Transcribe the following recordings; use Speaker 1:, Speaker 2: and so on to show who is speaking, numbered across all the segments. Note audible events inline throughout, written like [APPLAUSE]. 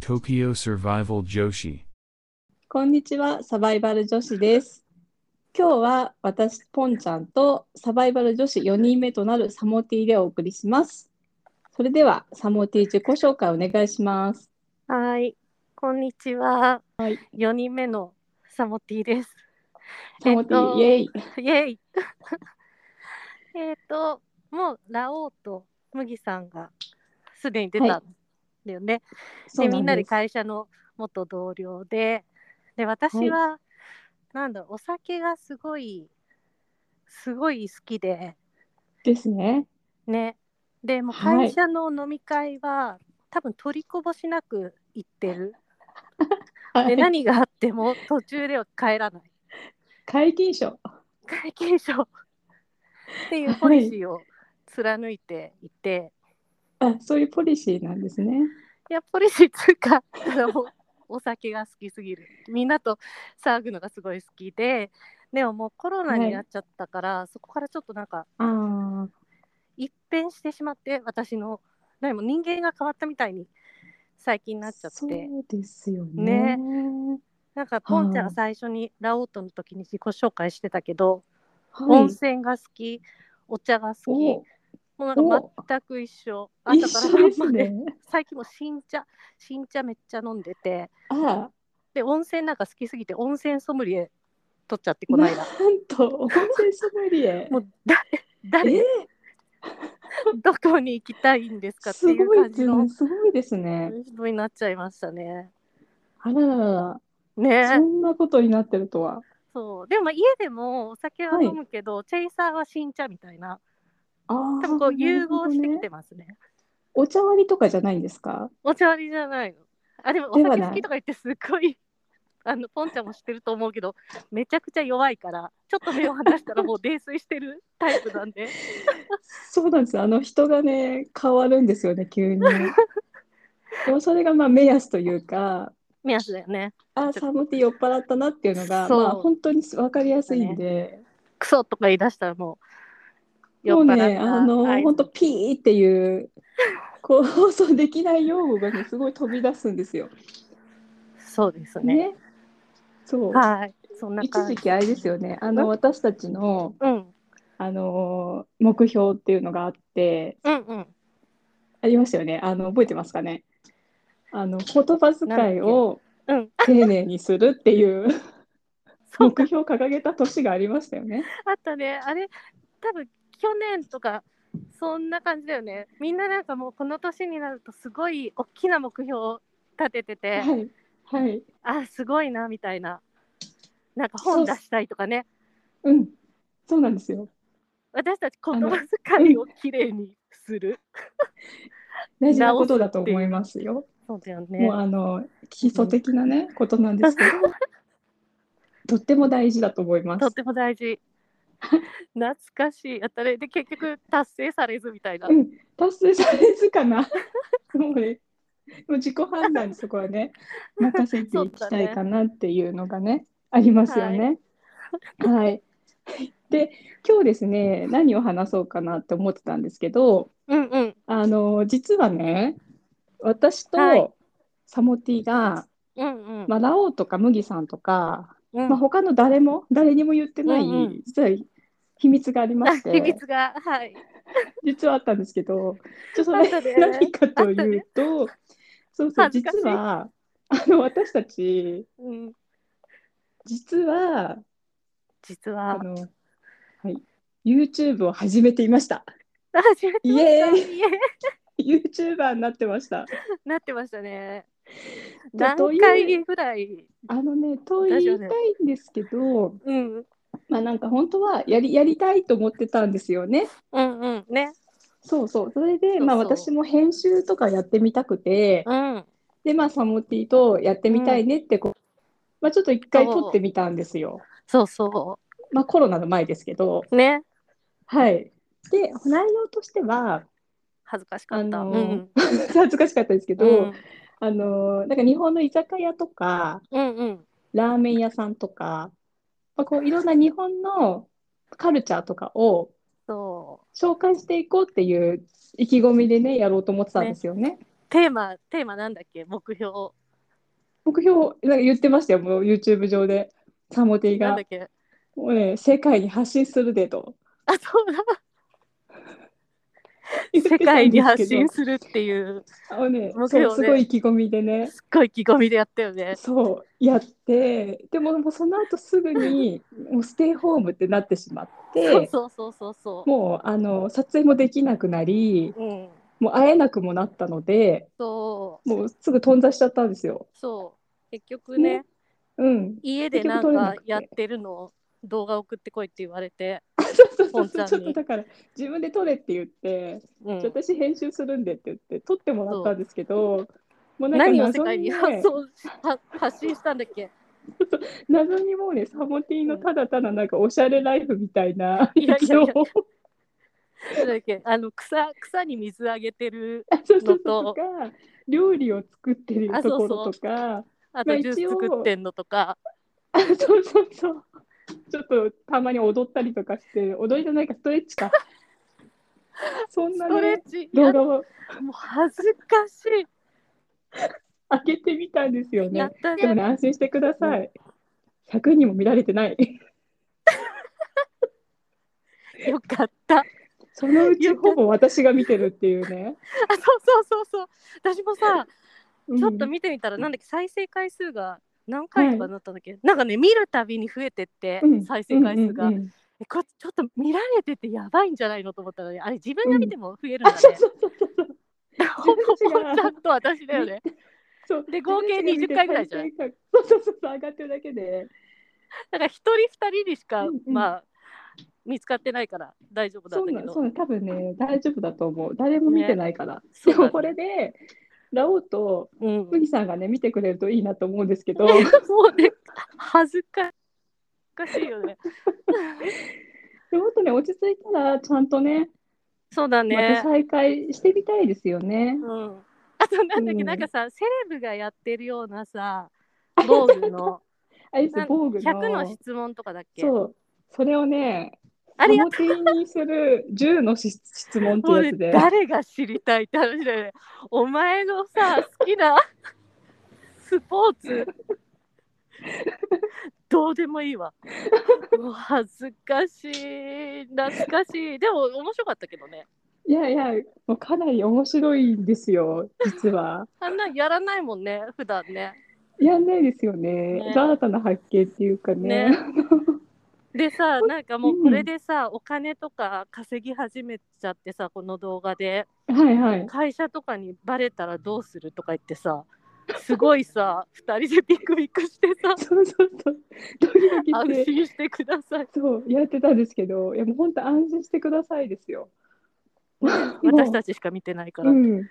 Speaker 1: Tokyo Survival Joshi.
Speaker 2: こんにちは、サバイバル女子です。今日は私、ポンちゃんとサバイバル女子4人目となるサモティでお送りします。それでは、サモティ自己紹介お願いします。
Speaker 3: はい、こんにちは。
Speaker 2: はい、
Speaker 3: 4人目のサモティです。 [LAUGHS]
Speaker 2: サモティ、イ
Speaker 3: えっ
Speaker 2: エイ。
Speaker 3: と、イエイ。 [LAUGHS] えっと、もうラオウと麦さんがすでに出たんだよね。
Speaker 2: そう
Speaker 3: で、みんなで
Speaker 2: す。
Speaker 3: 会社の元同僚で、で、私は、なんだろう、お酒がすごい、すごい好きで、
Speaker 2: ですね。
Speaker 3: ね。で、もう
Speaker 2: はい
Speaker 3: 会社の飲み会は、多分取りこぼしなく行ってる。
Speaker 2: は
Speaker 3: で
Speaker 2: い
Speaker 3: 何があっても途中では帰らない
Speaker 2: 皆勤賞。
Speaker 3: 皆勤賞っていうポリシーを貫いていて、い、
Speaker 2: あ、そういうポリシーなんですね。
Speaker 3: やポリシーつうかあのお酒が好きすぎるみんなと騒ぐのがすごい好きででももうコロナになっちゃったから、そこからちょっとなんか
Speaker 2: ああ、
Speaker 3: 一変してしまって私の何も人間が変わったみたいに最近なっちゃっ
Speaker 2: そう
Speaker 3: て
Speaker 2: ですよね。
Speaker 3: なんかポンちゃんが最初にラオウトの時に自己紹介してたけど、
Speaker 2: は
Speaker 3: 温
Speaker 2: い。
Speaker 3: 泉が好きお茶が好き
Speaker 2: お、
Speaker 3: もうなんか全く一緒。
Speaker 2: 一
Speaker 3: 朝か
Speaker 2: 緒で
Speaker 3: ら晩
Speaker 2: す
Speaker 3: まで、
Speaker 2: ね。
Speaker 3: 最近も新茶、新茶めっちゃ飲んでて、
Speaker 2: あ
Speaker 3: で、温泉なんか好きすぎて、温泉ソムリエ取っちゃって、
Speaker 2: あ、
Speaker 3: この
Speaker 2: なん
Speaker 3: 間。
Speaker 2: と、温泉ソムリエ。
Speaker 3: もうだ、誰、
Speaker 2: え
Speaker 3: どこに行きたいんですかって
Speaker 2: す
Speaker 3: いう
Speaker 2: ごい
Speaker 3: 感
Speaker 2: で
Speaker 3: じ
Speaker 2: す
Speaker 3: の
Speaker 2: ね。すごいですね。
Speaker 3: 人になっちゃいましたね。
Speaker 2: あらららら、
Speaker 3: ね
Speaker 2: そんなことになってるとは。
Speaker 3: そう。でも家でもお酒は飲むけど、チェイサーは新茶みたいな。
Speaker 2: ああ、
Speaker 3: 多分こう融合してき
Speaker 2: なるほどね
Speaker 3: てますね。
Speaker 2: お茶割りとかじゃないんです
Speaker 3: [LAUGHS]
Speaker 2: か。
Speaker 3: お茶割りじゃないの。あ、でもお
Speaker 2: では
Speaker 3: 酒
Speaker 2: ない
Speaker 3: 好きとか言ってすごい、 [LAUGHS] あの、ポンちゃんも知ってると思うけど、めちゃくちゃ弱いから、ちょっと目を離したらもう
Speaker 2: [LAUGHS]
Speaker 3: 泥酔してるタイプなんで、
Speaker 2: そうなんですよ。あの人がね、変わるんですよね、急
Speaker 3: [LAUGHS]
Speaker 2: に。でもそれがまあ目安というか、
Speaker 3: 目安だよね。
Speaker 2: あー、サムティ酔っ払ったなっていうのが、
Speaker 3: そう
Speaker 2: まあ本当にわかりやすいんで、
Speaker 3: クソとか言い出したらもう、
Speaker 2: もう
Speaker 3: 酔っ払っ
Speaker 2: ね、
Speaker 3: た
Speaker 2: あの
Speaker 3: 合図
Speaker 2: 本当ピーっていう。こう放送できない用語がね、すごい飛び出すんですよ。
Speaker 3: そうです [LAUGHS] ね。
Speaker 2: ね。そう。
Speaker 3: はい。そんな
Speaker 2: 一
Speaker 3: 感
Speaker 2: 時
Speaker 3: じ。
Speaker 2: 期あれですよね。あの
Speaker 3: ん
Speaker 2: 私たちの
Speaker 3: うん。
Speaker 2: あのー目標っていうのがあって
Speaker 3: うんうん。
Speaker 2: ありましたよね。あの覚えてますかね。あの言葉遣いを
Speaker 3: うん。
Speaker 2: 丁寧にするっていう
Speaker 3: [LAUGHS] そうか
Speaker 2: 目。標を掲げた年がありましたよね。
Speaker 3: あったね。あれ、多分去年とか、そんな感じだよね。みんななんかもうこの年になると、すごい大きな目標を立ててて。
Speaker 2: はいはい。
Speaker 3: あすごいなみたいななんか
Speaker 2: そ
Speaker 3: 本
Speaker 2: う
Speaker 3: 出したいとかね
Speaker 2: うん。そうなんですよ。
Speaker 3: 私たち言
Speaker 2: あの
Speaker 3: 葉遣いをきれいにする
Speaker 2: 大事なことだと思いますよ。
Speaker 3: そうだよ
Speaker 2: もうあの基礎的なね、ことなんです
Speaker 3: [LAUGHS]
Speaker 2: けど、とっても大事だと思いま
Speaker 3: とっ
Speaker 2: す。
Speaker 3: ても大事懐かしいやったねで結局達成されずみたいな
Speaker 2: うん。達成されずかな。 [LAUGHS] もうね。もう自己判断にそこは
Speaker 3: [LAUGHS]
Speaker 2: ね。任せていきたいかなっていうのがねありますよね。はい、で今日ですね何を話そうかなって思ってたんですけど
Speaker 3: うんうん
Speaker 2: あの実はね私
Speaker 3: はい
Speaker 2: とサモティが、
Speaker 3: うんうん、
Speaker 2: まあ、ラオウとか麦さんとか、
Speaker 3: うん
Speaker 2: まあ、他の誰も誰にも言ってない、
Speaker 3: うんうん
Speaker 2: 実は秘密がありまし
Speaker 3: [LAUGHS] 秘
Speaker 2: て
Speaker 3: 密がはい
Speaker 2: 実はあったんですけどちょっとそ
Speaker 3: あっ
Speaker 2: れ
Speaker 3: たね
Speaker 2: [LAUGHS] 何かというと、そうそう
Speaker 3: 恥ずかしい
Speaker 2: 実はあの私たち
Speaker 3: うん、
Speaker 2: 実は
Speaker 3: 実
Speaker 2: あ
Speaker 3: は
Speaker 2: の、はい、YouTube を始めていました。 [LAUGHS]
Speaker 3: あ始めてま
Speaker 2: イ
Speaker 3: し
Speaker 2: エ
Speaker 3: た
Speaker 2: ー
Speaker 3: イエーイ
Speaker 2: YouTuber になってました。
Speaker 3: なってましたね
Speaker 2: じゃあ
Speaker 3: 何
Speaker 2: どういう
Speaker 3: 回ぐらい
Speaker 2: あのね、と言いたいんですけど、
Speaker 3: うんうん
Speaker 2: まあなんか本当はやりやりたいと思ってたんですよね。
Speaker 3: うんね
Speaker 2: そうそう。それで、
Speaker 3: そう
Speaker 2: まあ私も編集とかやってみたくて、
Speaker 3: うん
Speaker 2: で、まあサモティとやってみたいねってこう、まあちょっと一回撮ってみたんですよ。
Speaker 3: そうそ
Speaker 2: まあコロナの前ですけど、
Speaker 3: うね
Speaker 2: はい。で、内容としては、 [LAUGHS]
Speaker 3: 恥ずかしかった、
Speaker 2: あの
Speaker 3: うんうん
Speaker 2: 恥ずかしかったですけど、
Speaker 3: うん
Speaker 2: あのなんか日本の居酒屋とか、
Speaker 3: うんうん
Speaker 2: ラーメン屋さんとか、まあ、こういろんな日本のカルチャーとかを
Speaker 3: そ
Speaker 2: 紹介していこうっていう意気込みでね、やろうと思ってたんですよね。
Speaker 3: うテーマテーマなんだっけ目標
Speaker 2: 目標なんか言ってましたよもう YouTube 上でサモティ
Speaker 3: なん
Speaker 2: が
Speaker 3: だっけ
Speaker 2: もうね世界に発信するでと
Speaker 3: あそうだ
Speaker 2: 言って
Speaker 3: 世
Speaker 2: た
Speaker 3: 界
Speaker 2: んですけ
Speaker 3: に発
Speaker 2: ど
Speaker 3: 信するっていう
Speaker 2: あのね
Speaker 3: 目標
Speaker 2: そ
Speaker 3: ね
Speaker 2: うすごい意気込みでね
Speaker 3: すっごい意気込みでやったよね
Speaker 2: そうやってでももうその後すぐにもうステイホームってなってしまって
Speaker 3: そうそうそうそうそう
Speaker 2: もうあの撮影もできなくなり
Speaker 3: うん
Speaker 2: もう会えなくもなったので
Speaker 3: そう
Speaker 2: もうすぐ頓挫しちゃったんですよ。
Speaker 3: そう結局ね
Speaker 2: ねうん、
Speaker 3: 家でなん
Speaker 2: 結局撮れ
Speaker 3: か
Speaker 2: なくて
Speaker 3: やってるのを動画送ってこいって言われて、
Speaker 2: そうそうそう
Speaker 3: ポン
Speaker 2: そう
Speaker 3: ち
Speaker 2: ち
Speaker 3: ゃ
Speaker 2: ょ
Speaker 3: ん
Speaker 2: っ
Speaker 3: に
Speaker 2: とだから自分で撮れって言って、
Speaker 3: うん
Speaker 2: ちょっと私編集するんでって言って撮ってもらったんですけどもうなん
Speaker 3: 何
Speaker 2: か
Speaker 3: を世
Speaker 2: 謎
Speaker 3: 界に
Speaker 2: に,、
Speaker 3: 発
Speaker 2: ね、
Speaker 3: 想は発信したんだっけ
Speaker 2: 謎にもうねサボティのただただなんかおしゃれライフみたいない
Speaker 3: やいやいや
Speaker 2: のを
Speaker 3: なんだっけあの草草に水あげてる
Speaker 2: [LAUGHS] そうそうそうとか料理を作ってるところとかま
Speaker 3: あと
Speaker 2: あ
Speaker 3: ジュー
Speaker 2: 一
Speaker 3: ス
Speaker 2: 応
Speaker 3: 作ってんのとか、
Speaker 2: あそうそうそうちょっとたまに踊ったりとかして踊りじゃないかストレッチ
Speaker 3: [LAUGHS]
Speaker 2: かそんな
Speaker 3: ストレ
Speaker 2: ね
Speaker 3: ッチや
Speaker 2: 動
Speaker 3: っ
Speaker 2: 画を
Speaker 3: もう恥ずかし
Speaker 2: 開けてみたんですよ
Speaker 3: い、や
Speaker 2: ね
Speaker 3: っ。た
Speaker 2: でも
Speaker 3: ね
Speaker 2: ね、安心してください。100人も見られてない。
Speaker 3: よかったあ
Speaker 2: そのうちほぼ私が見てるっていうね。
Speaker 3: そうそうそうそう私もさ
Speaker 2: うん
Speaker 3: ちょっと見てみたら、なんだっけ再生回数が何回とかなったんだっけ、なんかね見るたびに増えてって、
Speaker 2: うん
Speaker 3: 再生回数が、
Speaker 2: うんうんうん
Speaker 3: えこれちょっと見られててやばいんじゃないのと思ったら、ね、あれ自分が見ても増えるんだ
Speaker 2: あ、
Speaker 3: ね
Speaker 2: そうそうそうそうそう。
Speaker 3: ほぼ
Speaker 2: 自分
Speaker 3: ほ
Speaker 2: たちが
Speaker 3: ぼちゃんと私だ
Speaker 2: [LAUGHS]
Speaker 3: よね
Speaker 2: そう
Speaker 3: で合計20回ぐらいじゃな
Speaker 2: 再
Speaker 3: い
Speaker 2: 生回数そうそうそうそう、上がってるだけで。
Speaker 3: だから一人二人にしか、
Speaker 2: うんうん
Speaker 3: まあ見つかってないから大丈夫な
Speaker 2: そ
Speaker 3: ん
Speaker 2: うな
Speaker 3: だけ
Speaker 2: の、
Speaker 3: ど
Speaker 2: そうなの、多分ね、大丈夫だと思う。誰も見てないから。
Speaker 3: そ
Speaker 2: で
Speaker 3: うだね
Speaker 2: もこれで、ラオウと
Speaker 3: うん、
Speaker 2: [LAUGHS]
Speaker 3: も
Speaker 2: 麦さんがね、見てくれるといいなと思うんですけど、
Speaker 3: うね恥ずかしいよね
Speaker 2: でもっとね、落ち着いたら、ちゃんとね、
Speaker 3: そうだ
Speaker 2: ま
Speaker 3: ね
Speaker 2: た、再開してみたいですよね。
Speaker 3: うん、あとなんだっけ、
Speaker 2: うん
Speaker 3: なんかさセレブがやってるようなさ防具の
Speaker 2: あいつ
Speaker 3: な、ん
Speaker 2: 防具の。
Speaker 3: 100の質問とかだっけ
Speaker 2: そう、それをね、
Speaker 3: あれやっ
Speaker 2: 手にする10のし質問って
Speaker 3: [LAUGHS] もう
Speaker 2: や
Speaker 3: ね
Speaker 2: つで、
Speaker 3: 誰が知りたいって話だよね [LAUGHS] お前のさ好きな [LAUGHS] スポーツどうでもいいわうわ恥ずかしい懐かしいでも面白かったけどね
Speaker 2: いやいや、もうかなり面白いんですよ、実は。
Speaker 3: [LAUGHS] あんなんやらないもんね普段ね
Speaker 2: やんないですよね。
Speaker 3: ね
Speaker 2: 新たな発見っていうかね。
Speaker 3: ねでさなんかもうこれでさお金とか稼ぎ始めちゃってさこの動画で
Speaker 2: [LAUGHS] はいはい。
Speaker 3: 会社とかにバレたらどうするとか言ってさすごいさ2人でビクビクして
Speaker 2: [LAUGHS]
Speaker 3: さ
Speaker 2: そうそうそう。ドキドキ
Speaker 3: 安
Speaker 2: して、
Speaker 3: 心してく
Speaker 2: [LAUGHS]
Speaker 3: ださい
Speaker 2: そう、やってたんですけど、いやもう本当安心してくださいですよ。もう
Speaker 3: [LAUGHS] 私たちしか見てないから。
Speaker 2: う。ん。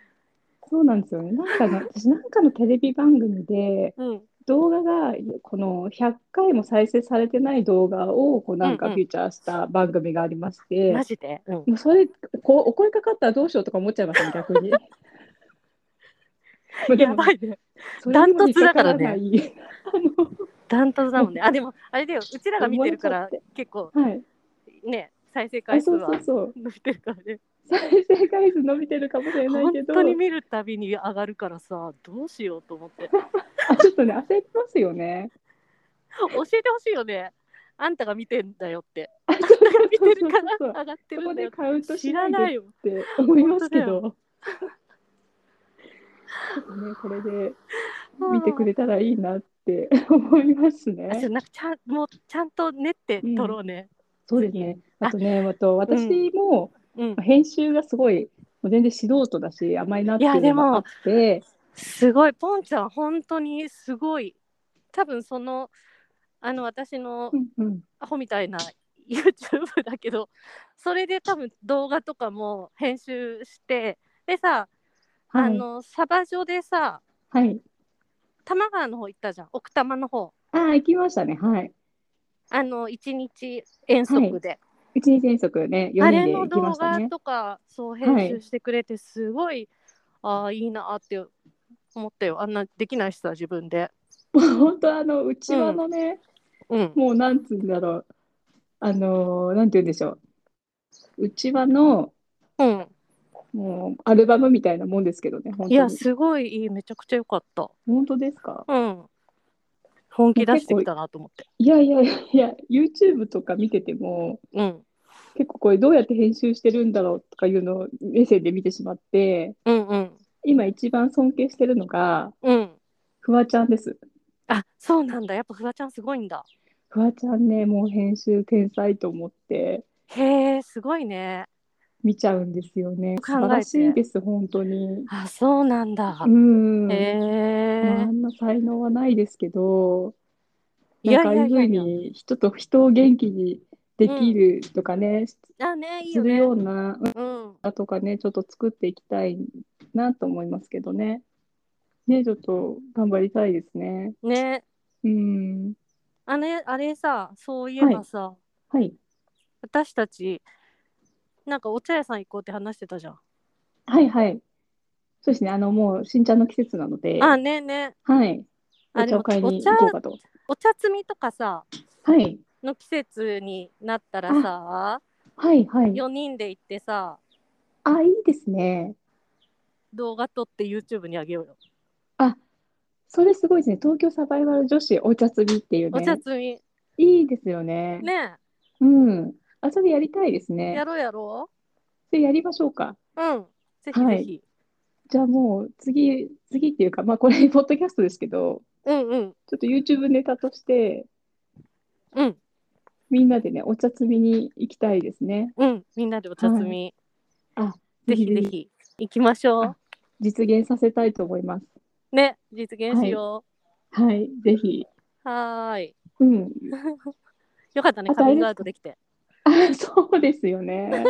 Speaker 2: そうなんですよね。なん
Speaker 3: [LAUGHS]
Speaker 2: かの、私なんかのテレビ番組で、
Speaker 3: うん
Speaker 2: 動画がこの100回も再生されてない動画をこうなん
Speaker 3: う
Speaker 2: か
Speaker 3: んうん
Speaker 2: フィーチャーした番組がありまして、
Speaker 3: マジで、うん、
Speaker 2: もうそれこうお声かかったらどうしようとか思っちゃいましたね逆
Speaker 3: [LAUGHS]
Speaker 2: に。 [LAUGHS] まあで
Speaker 3: や
Speaker 2: も
Speaker 3: ばいね。
Speaker 2: それにも
Speaker 3: ダントツだからね
Speaker 2: 引っか
Speaker 3: ダントツだもんね。あ、でも、あれだよ、うちらが見てるから
Speaker 2: 思いちゃっ、
Speaker 3: 結構 [LAUGHS]
Speaker 2: らないはい。
Speaker 3: ね、再生
Speaker 2: あ
Speaker 3: 回数
Speaker 2: そうそ
Speaker 3: は
Speaker 2: うそう。
Speaker 3: 伸びてるからね。
Speaker 2: 再生回数伸びてるかもしれない
Speaker 3: 本
Speaker 2: けど、
Speaker 3: 当に見るたびに上がるからさ、どうしようと思って。教
Speaker 2: あちょっとね焦りますよね。
Speaker 3: [LAUGHS] えてほしいよね。あんたが見てんだよって。あんたが見てるから上がっ
Speaker 2: そ
Speaker 3: てる
Speaker 2: こ
Speaker 3: んだよ
Speaker 2: で。カウント
Speaker 3: 知
Speaker 2: しな
Speaker 3: ら
Speaker 2: い
Speaker 3: な
Speaker 2: で
Speaker 3: いよ。
Speaker 2: って思いますけど。ちょっとね、これで見てくれたらいいなって思いますね。
Speaker 3: あちょなんかちゃんもうちゃんと練って撮ろうね。
Speaker 2: そうですね。
Speaker 3: あ
Speaker 2: あとね、あと私も
Speaker 3: うん。
Speaker 2: 編集がすごい、もう全然素人だし、甘いなっていうのもあって、
Speaker 3: すごいポンちゃん本当にすごい多分そのあの私の
Speaker 2: うんうん
Speaker 3: アホみたいな YouTube だけどそれで多分動画とかも編集してでさ、
Speaker 2: は
Speaker 3: あ
Speaker 2: い、
Speaker 3: のサバジョでさ
Speaker 2: はい。
Speaker 3: 多摩川の方行ったじゃん奥多摩の方
Speaker 2: ああ、行きましたね。はい。
Speaker 3: あの1日遠足で、
Speaker 2: 一日遠足ね、
Speaker 3: あ
Speaker 2: 4人
Speaker 3: れ
Speaker 2: で
Speaker 3: の
Speaker 2: 行き
Speaker 3: 動
Speaker 2: ました
Speaker 3: 画
Speaker 2: ね。
Speaker 3: とかそう編集してくれてすごい、ああいいなーって思ったよあんなできないしさ自分で。
Speaker 2: [LAUGHS] 本当あの、うちわのね、
Speaker 3: うん、
Speaker 2: もうなんつうんだろう。あのーなんて言うんでしょう。うちわの、
Speaker 3: うん
Speaker 2: もうアルバムみたいなもんですけどね、本
Speaker 3: いや
Speaker 2: 当に。
Speaker 3: すごいいいめちゃくちゃ良かった
Speaker 2: 本当ですか
Speaker 3: うん本気出してきたなと思って
Speaker 2: いやいやいやいや、YouTube とか見てても、
Speaker 3: うん
Speaker 2: 結構これどうやって編集してるんだろうとかいうのを目線で見てしまって、
Speaker 3: うんうん
Speaker 2: 今一番尊敬してるのが、
Speaker 3: うん
Speaker 2: フワちゃんです。
Speaker 3: あそうなんだやっぱフワちゃんすごいんだ
Speaker 2: フワちゃんね、もう編集天才と思って
Speaker 3: へえすごいね
Speaker 2: 見ちゃうんですよね。素
Speaker 3: 考えて
Speaker 2: 晴らしいです、本当に。
Speaker 3: あそうなんだ
Speaker 2: うん。
Speaker 3: へえ
Speaker 2: まあ、あんな才能はないですけど、
Speaker 3: い
Speaker 2: な
Speaker 3: や
Speaker 2: ん
Speaker 3: い
Speaker 2: かああ
Speaker 3: や
Speaker 2: いう
Speaker 3: い
Speaker 2: ふ
Speaker 3: や
Speaker 2: う
Speaker 3: いや
Speaker 2: に人と人を元気にできるとかね、
Speaker 3: あねいい
Speaker 2: す
Speaker 3: よ
Speaker 2: る
Speaker 3: ね
Speaker 2: ようなうん
Speaker 3: うん
Speaker 2: だとかね、ちょっと作っていきたいなと思いますけどね。ね、ちょっと頑張りたいですね。
Speaker 3: ね
Speaker 2: うん。
Speaker 3: あれあれさそういえばさ、
Speaker 2: はい。
Speaker 3: 私たちなんかお茶屋さん行こうって話してたじゃん、
Speaker 2: はいはい。そうですね、あの、もう新茶の季節なので、
Speaker 3: あねね
Speaker 2: はい。
Speaker 3: あ
Speaker 2: お
Speaker 3: で
Speaker 2: 茶
Speaker 3: も
Speaker 2: を買いに行こうかと。
Speaker 3: お茶摘みとかさ
Speaker 2: はい。
Speaker 3: の季節になったらさ
Speaker 2: はいはい。
Speaker 3: 4人で行ってさ
Speaker 2: あ、いいですね。
Speaker 3: 動画撮って YouTube にあげようよ
Speaker 2: それすごいですね。東京サバイバル女子お茶摘みっていう
Speaker 3: お
Speaker 2: ね
Speaker 3: 茶。摘み
Speaker 2: いいですよね。
Speaker 3: ね
Speaker 2: うん。あ、それやりたいですね。
Speaker 3: やろうやろ
Speaker 2: でやりましょうか。
Speaker 3: ううんぜひ
Speaker 2: は
Speaker 3: ぜ
Speaker 2: い
Speaker 3: ひ、
Speaker 2: じゃあもう次、次っていうか、まあこれ、ポッドキャストですけど、
Speaker 3: うんうん
Speaker 2: ちょっと YouTube ネタとして、
Speaker 3: うん
Speaker 2: みんなでね、お茶摘みに行きたいですね。
Speaker 3: うんみんなでお茶摘み、
Speaker 2: あ、
Speaker 3: ぜひぜ
Speaker 2: ぜ
Speaker 3: ひ行きましょう
Speaker 2: あ実現させたいと思います。
Speaker 3: ね実現しよ
Speaker 2: はい、ぜひ。
Speaker 3: うはーい
Speaker 2: うん。
Speaker 3: よかったね
Speaker 2: あと
Speaker 3: カ
Speaker 2: あれ
Speaker 3: ミングアウトできて [LAUGHS]
Speaker 2: あ、そうですよね。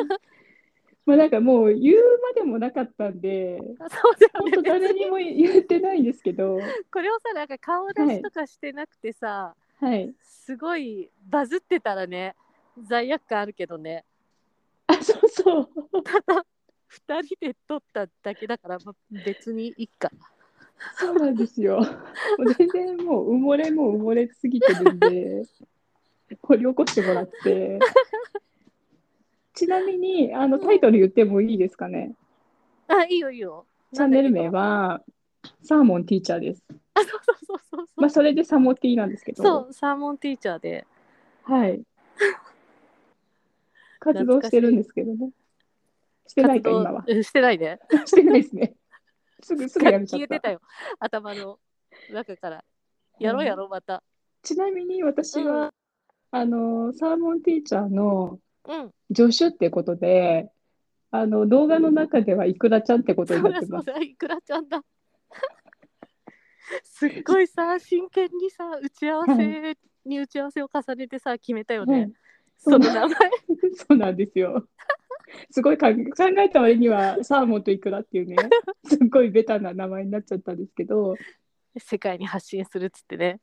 Speaker 2: まあなんかもう言うまでもなかったんで、
Speaker 3: あそうだよ
Speaker 2: 本
Speaker 3: ね
Speaker 2: 当誰にも言ってないんですけど、
Speaker 3: これをさなんか顔出しとかしてなくてさ、
Speaker 2: はい。
Speaker 3: すごいバズってたらね罪悪感あるけどね
Speaker 2: あ、そうそう。
Speaker 3: 2人で撮っただけだから、まあ別にいいか
Speaker 2: そうなんですよ。もう全然もう埋もれも埋もれすぎてるんで、掘り起こしてもらって。ちなみに、あの、タイトル言ってもいいですかね。
Speaker 3: あいいよいいよ
Speaker 2: チャンネル
Speaker 3: な
Speaker 2: 名
Speaker 3: んだっ
Speaker 2: は、サーモンティーチャーです。
Speaker 3: けあそうそうそうそうそう、
Speaker 2: まあ、それでサモティーなんですけど、
Speaker 3: そうサーモンティーチャーで
Speaker 2: はい。活動してるんですけどね。してないか、
Speaker 3: 活動
Speaker 2: 今は。 [LAUGHS]
Speaker 3: うんしてないね
Speaker 2: してないですね。すぐ、すぐやめちゃ
Speaker 3: 消
Speaker 2: っ
Speaker 3: えて
Speaker 2: た。
Speaker 3: たよ頭の中からやろうやろうまた
Speaker 2: ちなみに私
Speaker 3: う
Speaker 2: は、あの、サーモンティーチャーの、
Speaker 3: うん
Speaker 2: 助手ってことで、あの動画の中ではいくらちゃんってこと
Speaker 3: そ
Speaker 2: に
Speaker 3: う
Speaker 2: なっ
Speaker 3: だ
Speaker 2: て
Speaker 3: [LAUGHS] そ
Speaker 2: ま
Speaker 3: う
Speaker 2: す。
Speaker 3: だいくらちゃんだ [LAUGHS] すっごいさ真剣にさ打ち合わせに打ち合わせを重ねてさ決めたよね、
Speaker 2: はい [LAUGHS]
Speaker 3: その名前
Speaker 2: そうなんですよ。すごい考え考えた割にはサーモンといくらっていう
Speaker 3: [LAUGHS]
Speaker 2: ね、すっごいベタな名前になっちゃったんですけど、
Speaker 3: 世界に発信するっつっ
Speaker 2: [LAUGHS]
Speaker 3: てね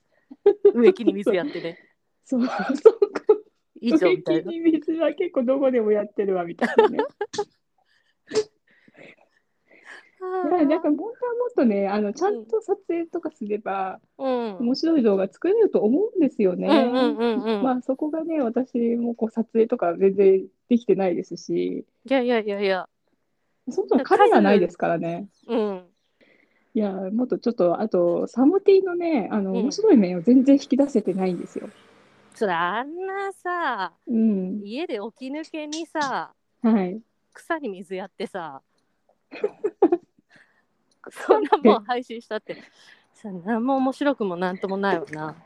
Speaker 3: 植木に水やってね
Speaker 2: そう、そう、
Speaker 3: 以上みたいな
Speaker 2: に水は結構どこでもやってるわみたいな
Speaker 3: [LAUGHS]
Speaker 2: ね。だからなんか本当はもっとね、あのちゃんと撮影とかすれば、
Speaker 3: うんうん
Speaker 2: 面白い動画作れると思うんですよね。
Speaker 3: うんうんうん
Speaker 2: まあそこがね、私もこう撮影とか全然できてないですし、
Speaker 3: いやいやいやいや
Speaker 2: そもそもカメラないですからね。
Speaker 3: うん
Speaker 2: いや、もっとちょっと、あと、サモティのね、あの、
Speaker 3: うん
Speaker 2: 面白い面を全然引き出せてないんですよ。
Speaker 3: そらあんなさ
Speaker 2: うん。
Speaker 3: 家で起き抜けにさ
Speaker 2: はい。
Speaker 3: 草に水やっ
Speaker 2: [LAUGHS]
Speaker 3: てさそんなもん配信したってそんなもん面白くもなんともないわな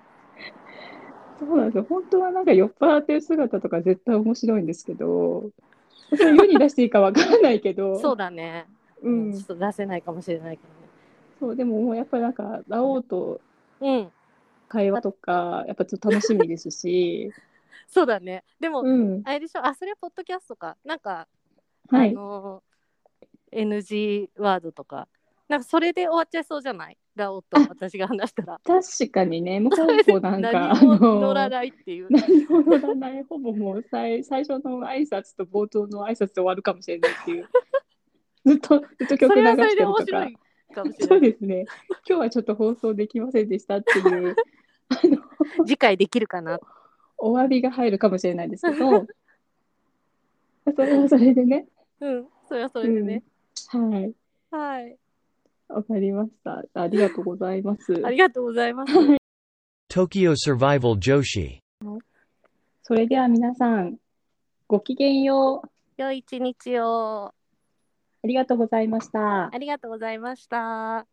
Speaker 2: そうなんですよ。本当はなんか酔っ払ってる姿とか絶対面白いんですけど、それ世に出していいかわからないけど、
Speaker 3: [LAUGHS] そうだね、
Speaker 2: う
Speaker 3: ちょ
Speaker 2: ん
Speaker 3: っ。と出せないかもしれないけ
Speaker 2: そう、でももうやっぱりなんか、ラオウと
Speaker 3: どねうん
Speaker 2: 会話とか、やっぱちょっと楽しみですし、
Speaker 3: そうだねでも、
Speaker 2: うん。
Speaker 3: あれでしょあそれはポッドキャストかなんか
Speaker 2: は
Speaker 3: あ
Speaker 2: い。
Speaker 3: のー NG ワードとか、なんかそれで終わっちゃいそうじゃないラオウと
Speaker 2: あ
Speaker 3: 私が話したら。
Speaker 2: 確かにね、もう最後なんか、あ
Speaker 3: 何も乗
Speaker 2: の、
Speaker 3: らないっていう。
Speaker 2: 何 [LAUGHS] も乗らない、ほぼもう最最初の挨拶と冒頭の挨拶で終わるかもしれないっていう。 [LAUGHS] ずっと、ずっと
Speaker 3: そ
Speaker 2: 曲流
Speaker 3: れは
Speaker 2: して
Speaker 3: それで
Speaker 2: る
Speaker 3: 面
Speaker 2: と
Speaker 3: 白
Speaker 2: か。
Speaker 3: いかもしれ
Speaker 2: そう
Speaker 3: ない。
Speaker 2: ですね。今日はちょっと放送できませんでしたっていう、あの、
Speaker 3: 次回できるかな。
Speaker 2: お詫びが入るかもしれ
Speaker 3: [LAUGHS]
Speaker 2: ないですけど、それはそれでね。
Speaker 3: うん、それはそれでね。
Speaker 2: はい。
Speaker 3: はい。
Speaker 2: わかりました。ありがとうございます。
Speaker 3: ありがとうございます。
Speaker 4: Tokyo Survival Joshi.
Speaker 2: それでは皆さん、ごきげんよう。
Speaker 3: 良い一日
Speaker 2: あ
Speaker 3: を。
Speaker 2: りがとうございました
Speaker 3: あ。りがとうございました。